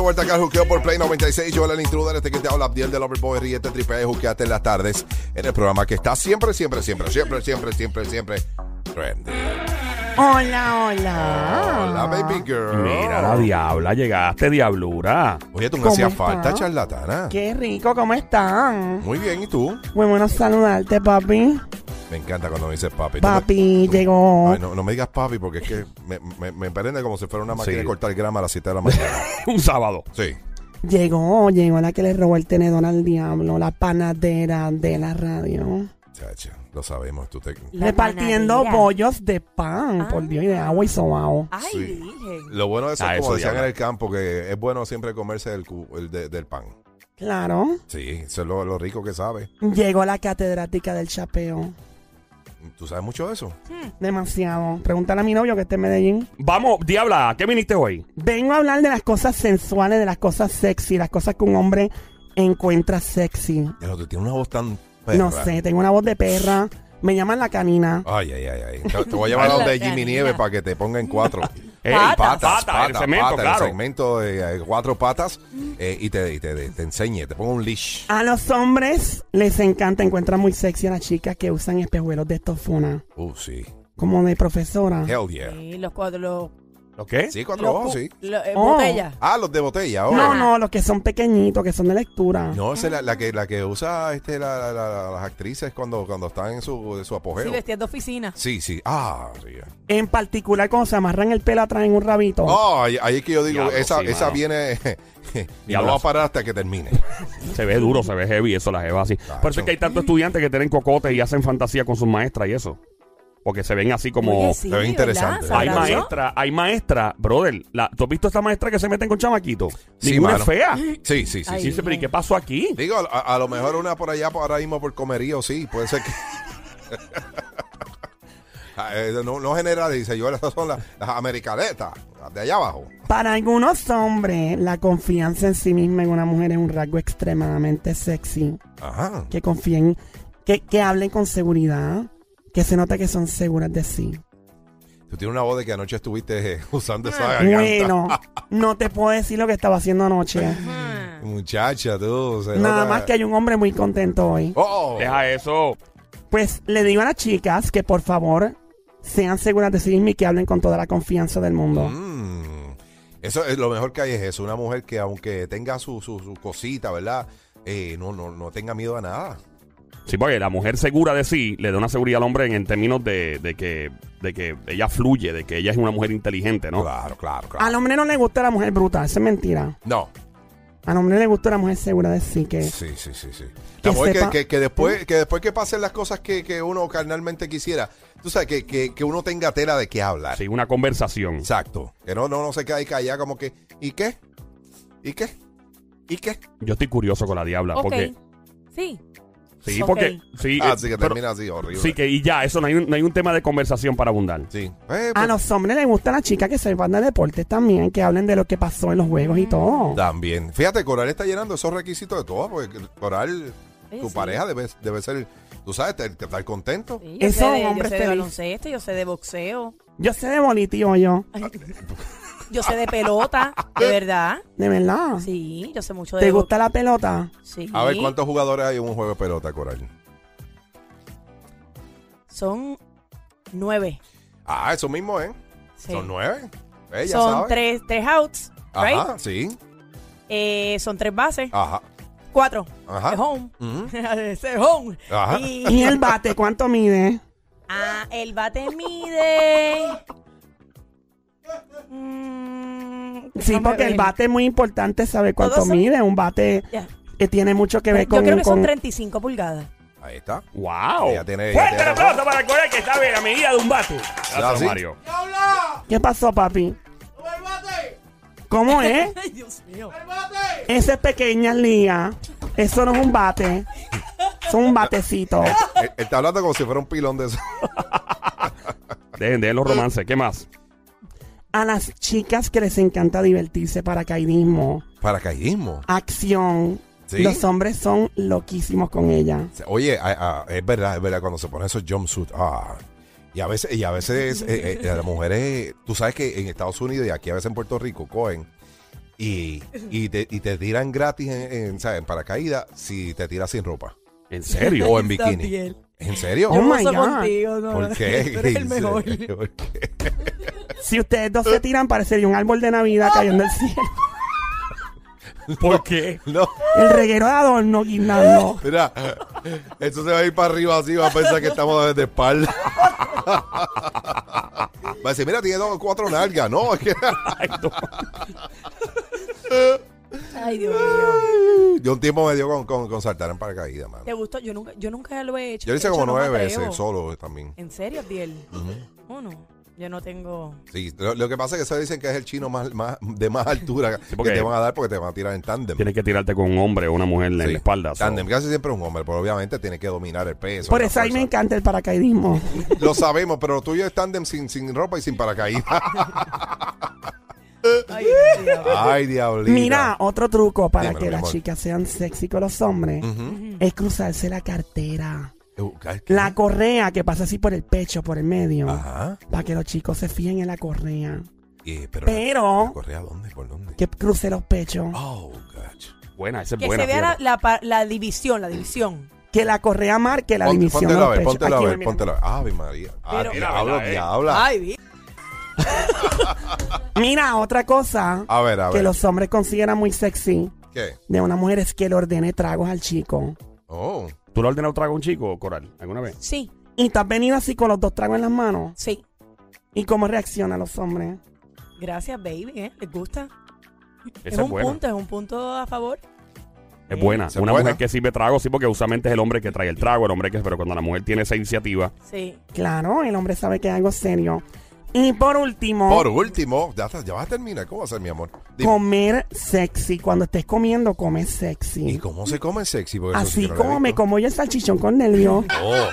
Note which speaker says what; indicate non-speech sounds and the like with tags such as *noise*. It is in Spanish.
Speaker 1: vuelta acá al juqueo por Play 96. Yo, el intruder, este que te habla, Abdiel de Loverboy, ríete, tripea y juqueate en las tardes en el programa que está siempre, siempre, siempre, siempre, siempre, siempre, siempre. trendy.
Speaker 2: Hola, hola.
Speaker 1: Hola, baby girl.
Speaker 3: Ah, Mira
Speaker 2: Oh.
Speaker 3: la diabla, llegaste, diablura. *laughs*
Speaker 1: Oye, tú me
Speaker 2: ¿Cómo
Speaker 1: hacías
Speaker 2: está?
Speaker 1: falta, charlatana.
Speaker 2: Qué rico, ¿cómo están?
Speaker 1: Muy bien, ¿y tú?
Speaker 2: Muy bueno saludarte, papi.
Speaker 1: Me encanta cuando me dices papi. Tú me-
Speaker 2: Papi, llegó.
Speaker 1: Ay, no, no me digas papi porque es que me, me, me prende como si fuera una máquina
Speaker 3: Sí.
Speaker 1: de cortar grama a las 7 de la mañana. *laughs*
Speaker 3: Un sábado.
Speaker 1: Sí.
Speaker 2: Llegó, llegó la que le robó el tenedor al diablo, la panadera de la radio.
Speaker 1: Chacha, lo sabemos. Tú te...
Speaker 4: La
Speaker 2: repartiendo
Speaker 4: panadera.
Speaker 2: bollos de pan, por Dios, y de agua y sobao.
Speaker 4: Ay,
Speaker 1: Sí.
Speaker 4: virgen.
Speaker 1: Lo bueno de eso
Speaker 3: Ah,
Speaker 1: es como
Speaker 3: eso,
Speaker 1: decían
Speaker 3: diabla.
Speaker 1: en el campo, que es bueno siempre comerse el, cu- el de- del pan.
Speaker 2: Claro.
Speaker 1: Sí, eso es lo, lo rico que sabe.
Speaker 2: Llegó la catedrática del chapeo.
Speaker 1: ¿Tú sabes mucho de eso?
Speaker 2: Demasiado. Pregúntale a mi novio que está en Medellín.
Speaker 3: Vamos, diabla, ¿a qué viniste hoy?
Speaker 2: Vengo a hablar de las cosas sensuales, de las cosas sexy, las cosas que un hombre encuentra sexy.
Speaker 1: Ya lo que tiene una voz tan
Speaker 2: No
Speaker 1: perra.
Speaker 2: sé, tengo una voz de perra. Me llaman la canina.
Speaker 1: Ay, ay, ay, ay. Te, te voy a
Speaker 3: *laughs*
Speaker 1: llamar a
Speaker 4: Ay, la
Speaker 1: donde Jimmy
Speaker 4: canina.
Speaker 1: Nieves para que te ponga en cuatro.
Speaker 3: Ey,
Speaker 4: Patas.
Speaker 1: Patas,
Speaker 3: Patas, el segmento,
Speaker 1: patas,
Speaker 3: claro.
Speaker 1: el segmento de eh, cuatro patas eh, y te, y te, te, te enseñe, te ponga un leash.
Speaker 2: A los hombres les encanta, encuentran muy sexy a las chicas que usan espejuelos de estofona,
Speaker 1: Uh, sí.
Speaker 2: como de profesora.
Speaker 1: Hell yeah.
Speaker 4: Y los cuadros, los,
Speaker 3: ¿Lo qué?
Speaker 1: Sí, cuatro
Speaker 4: los
Speaker 1: ojos,
Speaker 4: cu-
Speaker 1: sí.
Speaker 4: los- eh,
Speaker 2: Oh.
Speaker 4: botellas.
Speaker 1: Ah, los de botella. oh.
Speaker 2: No, no, los que son pequeñitos, que son de lectura.
Speaker 1: No, esa es la, la que, la que usa este, la- la- la- las actrices cuando, cuando están en su, su
Speaker 4: Sí,
Speaker 1: apogeo.
Speaker 4: vestidas de oficina.
Speaker 1: Sí, sí. Ah, sí.
Speaker 2: En particular, cuando se amarran el pelo atrás en un rabito.
Speaker 1: Oh, ahí, ahí es que yo digo,
Speaker 3: Diablo,
Speaker 1: esa,
Speaker 3: sí,
Speaker 1: esa
Speaker 3: mano. *laughs*
Speaker 1: viene y no
Speaker 3: Diablo.
Speaker 1: va a parar hasta que termine.
Speaker 3: Se ve duro, se ve heavy, eso la jeva así. Por eso es que hay tantos estudiantes que tienen cocotes y hacen fantasía con sus maestras y eso. Porque se ven así como...
Speaker 4: Oye, sí,
Speaker 1: se ve
Speaker 4: ¿verdad?
Speaker 1: interesante.
Speaker 4: ¿Sabrá
Speaker 3: Hay
Speaker 1: Ahora,
Speaker 4: Dios?
Speaker 3: maestra, hay maestra, brother. la- ¿Tú has visto esta maestra que se meten con chamaquitos?
Speaker 1: Sí,
Speaker 3: Ninguna
Speaker 1: mano.
Speaker 3: es fea.
Speaker 1: Sí, sí, sí.
Speaker 4: Ay.
Speaker 1: sí.
Speaker 3: Dice, pero ¿y qué pasó aquí?
Speaker 1: Digo, a, a lo mejor una por allá por ahora mismo por comerío, sí, puede ser que... *laughs* Ah, eh, No, no generalice, yo esas son las, las americanetas, las de allá abajo.
Speaker 2: Para algunos hombres, la confianza en sí misma en una mujer es un rasgo extremadamente sexy.
Speaker 1: Ajá.
Speaker 2: Que confíen, que, que hablen con seguridad, que se nota que son seguras de sí.
Speaker 1: Tú tienes una voz de que anoche estuviste eh, *laughs* usando esa garganta.
Speaker 2: Ah,
Speaker 1: *laughs*
Speaker 2: Bueno, no te puedo decir lo que estaba haciendo anoche.
Speaker 4: Ah.
Speaker 1: Muchacha, tú. se
Speaker 2: Nada
Speaker 1: nota-
Speaker 2: más que hay un hombre muy contento hoy.
Speaker 1: Oh,
Speaker 3: Deja eso.
Speaker 2: Pues le digo a las chicas que por favor sean seguras de sí mismas y que hablen con toda la confianza del mundo.
Speaker 1: Mm. Eso es lo mejor que hay es eso, una mujer que aunque tenga su, su, su cosita, ¿verdad? Eh, no, no, no tenga miedo a nada.
Speaker 3: Sí, porque la mujer segura de sí le da una seguridad al hombre en, en términos de, de que, de que ella fluye, de que ella es una mujer inteligente, ¿no? Ah.
Speaker 1: Claro, claro, claro.
Speaker 2: Al hombre no le gusta la mujer bruta, eso es mentira.
Speaker 1: No,
Speaker 2: Al hombre le gusta la mujer segura de sí que...
Speaker 1: sí, sí, sí, sí.
Speaker 2: Que
Speaker 1: La mujer que,
Speaker 2: sepa-
Speaker 1: que- que
Speaker 3: Mm.
Speaker 1: después, que después que pasen las cosas que, que uno carnalmente quisiera, tú sabes, que, que, que uno tenga tela de qué hablar.
Speaker 3: Sí, una conversación.
Speaker 1: Exacto. Que no, no, no se quede ahí callada como que, ¿y qué? ¿Y qué? ¿Y qué?
Speaker 3: Yo estoy curioso con la
Speaker 1: Ah,
Speaker 3: diabla.
Speaker 4: Ok.
Speaker 3: Porque,
Speaker 4: Sí.
Speaker 3: sí,
Speaker 4: Ok.
Speaker 3: porque. Sí, eh,
Speaker 1: Así Ah, que
Speaker 3: pero-
Speaker 1: termina así, horrible.
Speaker 3: sí, que Ah, y ya, eso no hay, un, no hay un tema de conversación para abundar.
Speaker 1: Sí. Eh,
Speaker 2: A
Speaker 1: pues,
Speaker 2: los hombres les gustan las chicas que se van de deportes también, que hablen de lo que pasó en los juegos
Speaker 4: Mm.
Speaker 2: y todo.
Speaker 1: También. Fíjate, Coral está llenando esos requisitos de todo, porque Coral,
Speaker 4: Oye,
Speaker 1: tu
Speaker 4: sí.
Speaker 1: pareja debe, debe ser, tú sabes, te- te- estar contento.
Speaker 4: Sí,
Speaker 2: Eso es un
Speaker 4: yo sé, de, yo
Speaker 2: hombre
Speaker 4: sé de
Speaker 2: feliz.
Speaker 4: baloncesto, yo sé de boxeo,
Speaker 2: Yo sé de bolitillo yo,
Speaker 1: Ah,
Speaker 4: yo sé de pelota, de verdad.
Speaker 2: de verdad.
Speaker 4: Sí, yo sé mucho de
Speaker 2: ¿Te gusta la pelota?
Speaker 4: Sí.
Speaker 1: A ver cuántos jugadores hay en un juego de pelota, Coral.
Speaker 4: Son nueve.
Speaker 1: Ah, eso mismo, ¿eh?
Speaker 4: Sí.
Speaker 1: Son nueve. Ella
Speaker 4: Son
Speaker 1: sabe.
Speaker 4: tres, tres outs, right?
Speaker 1: Ajá, sí.
Speaker 4: Eh, son tres bases,
Speaker 1: Ajá.
Speaker 4: cuatro.
Speaker 1: Ajá.
Speaker 4: Es home.
Speaker 1: Ujú.
Speaker 4: Ese *laughs* es home.
Speaker 1: Ajá.
Speaker 4: Y,
Speaker 2: ¿Y el bate cuánto
Speaker 4: *laughs*
Speaker 2: mide?
Speaker 4: ah, el bate mide. Mm,
Speaker 2: Sí,
Speaker 4: déjame
Speaker 2: porque el
Speaker 4: ver.
Speaker 2: bate es muy importante saber cuánto
Speaker 4: Todos son-
Speaker 2: mide. Un bate
Speaker 4: Ya. Pues
Speaker 2: que tiene mucho que ver
Speaker 4: Yo
Speaker 2: con...
Speaker 4: creo que son
Speaker 2: con-
Speaker 4: 35 pulgadas.
Speaker 1: Ahí está.
Speaker 3: ¡Wow!
Speaker 1: Ella tiene- ella
Speaker 3: ¡Fuerte el
Speaker 1: tiene- Ah,
Speaker 3: aplauso para Corea que sabe la medida de un bate! Gracias,
Speaker 1: sí.
Speaker 3: Mario.
Speaker 2: ¿Qué pasó, papi? ¿Cómo es?
Speaker 4: *laughs* Ay, Dios mío.
Speaker 2: Esa es pequeña liga. Eso no es un bate. Es un batecito.
Speaker 1: Él- él Está hablando como si fuera un pilón de eso. *laughs*
Speaker 3: Dejen, dejen los romances. ¿Qué más?
Speaker 2: A las chicas que les encanta divertirse, paracaidismo,
Speaker 1: Paracaidismo.
Speaker 2: acción.
Speaker 1: Sí.
Speaker 2: Los hombres son loquísimos con ella.
Speaker 1: Oye, a- a- es verdad, es verdad, cuando se ponen esos jumpsuits, ah. Y a veces, y a eh, veces eh, eh, las mujeres, tú sabes que en Estados Unidos y aquí a veces en Puerto Rico cogen y, y te, y te tiran gratis en, en, ¿sabes? en paracaídas si te tiras sin ropa
Speaker 3: ¿En serio?
Speaker 4: *laughs*
Speaker 1: o en bikini.
Speaker 4: Gabriel,
Speaker 1: ¿En serio?
Speaker 2: Oh
Speaker 4: yo
Speaker 2: my
Speaker 4: gozo
Speaker 2: God.
Speaker 4: contigo, no,
Speaker 1: ¿Por qué?
Speaker 4: *laughs* Tú eres el mejor.
Speaker 1: ¿Por qué?
Speaker 2: Si ustedes dos se tiran, parecería un árbol de Navidad cayendo del cielo.
Speaker 3: ¿Por qué?
Speaker 1: No,
Speaker 2: El reguero de adorno guindando.
Speaker 1: mira, esto se va a ir para arriba así, va a pensar que estamos de espalda. *laughs* Va a decir, mira, tiene dos, cuatro nalgas, ¿no? Es que *laughs*
Speaker 3: Ay, no.
Speaker 4: Ay, *laughs* Dios mío.
Speaker 1: yo un tiempo me dio con, con, con saltar en paracaídas, mano.
Speaker 4: ¿Te gustó? Yo nunca, yo nunca lo he hecho.
Speaker 1: Yo lo hice
Speaker 4: De
Speaker 1: como
Speaker 4: hecho, no me
Speaker 1: nueve veces
Speaker 4: atrevo.
Speaker 1: solo eh, también.
Speaker 4: ¿En serio, Biel? Uno. Yo no tengo.
Speaker 1: Sí, lo, lo que pasa es que se dicen que es el chino más, más- de más *laughs* altura
Speaker 3: porque-
Speaker 1: que te van a dar porque te van a tirar en tándem.
Speaker 3: Tienes que tirarte con un hombre o una mujer en
Speaker 1: Sí,
Speaker 3: la espalda. so.
Speaker 1: Tándem, casi siempre es un hombre, pero obviamente tiene que dominar el peso.
Speaker 2: Por
Speaker 1: la
Speaker 2: eso a mí me
Speaker 1: fuerza.
Speaker 2: encanta el paracaidismo.
Speaker 1: Lo sabemos, pero lo tuyo es tándem sin, sin ropa y sin paracaídas.
Speaker 2: *laughs*
Speaker 4: Ay, Dios mío.
Speaker 1: Ay, diablita.
Speaker 2: Mira, otro truco para
Speaker 1: Dímelo,
Speaker 2: que
Speaker 1: mi
Speaker 2: las
Speaker 1: amor.
Speaker 2: chicas sean sexy con los hombres es cruzarse la cartera.
Speaker 1: Eh, ¿qué?
Speaker 2: La correa que pasa así por el pecho, por el medio.
Speaker 1: Ajá.
Speaker 2: Para que los chicos se fíen en la correa.
Speaker 1: Eh, pero.
Speaker 2: Pero
Speaker 1: ¿Correa dónde? ¿Por dónde?
Speaker 2: que cruce los pechos.
Speaker 1: Oh, gosh.
Speaker 3: Buena, esa es
Speaker 4: Que
Speaker 3: buena.
Speaker 4: se vea la,
Speaker 3: fíjate.
Speaker 4: la pa- la división, la división.
Speaker 2: Que la correa marque la
Speaker 1: Ponte,
Speaker 2: dimisión de
Speaker 1: póntelo a
Speaker 2: los
Speaker 1: ver,
Speaker 2: pechos.
Speaker 1: póntelo a
Speaker 2: Aquí,
Speaker 1: ver,
Speaker 2: mira,
Speaker 1: póntelo a ver. Ave
Speaker 2: mira.
Speaker 1: María. Ah,
Speaker 4: Pero-
Speaker 1: diablo,
Speaker 3: Mira, eh.
Speaker 1: diablo.
Speaker 4: Ay, bien.
Speaker 2: Mira, otra cosa
Speaker 1: A ver, a
Speaker 2: que
Speaker 1: ver.
Speaker 2: los hombres consideran muy sexy
Speaker 1: ¿Qué?
Speaker 2: de una mujer es que le ordene tragos al chico.
Speaker 1: Oh.
Speaker 3: ¿Tú lo has ordenado trago a un chico, Coral, alguna vez?
Speaker 4: Sí,
Speaker 2: Y te has venido así con los dos tragos en las manos.
Speaker 4: sí.
Speaker 2: ¿Y cómo reaccionan los hombres?
Speaker 4: Gracias, baby, ¿eh? ¿Les gusta?
Speaker 3: Esa
Speaker 4: es
Speaker 3: es,
Speaker 4: un
Speaker 3: buena.
Speaker 4: punto, es un punto a favor.
Speaker 3: Es buena.
Speaker 1: Esa es
Speaker 3: Una
Speaker 1: buena.
Speaker 3: mujer que sirve trago, sí, porque usualmente es el hombre que trae el trago, el hombre que... Pero cuando la mujer tiene esa iniciativa...
Speaker 4: Sí.
Speaker 2: Claro, el hombre sabe que es algo serio. Y por último,
Speaker 1: Por último, ya, está- ya vas a terminar. ¿Cómo va a ser, mi amor? Dime,
Speaker 2: comer sexy. Cuando estés comiendo, come
Speaker 1: ¿Y
Speaker 2: sexy.
Speaker 1: cómo se come sexy? Porque eso sí
Speaker 2: Así
Speaker 1: que no lo he
Speaker 2: como me
Speaker 1: visto.
Speaker 2: como yo el salchichón con nervio.
Speaker 1: Oh.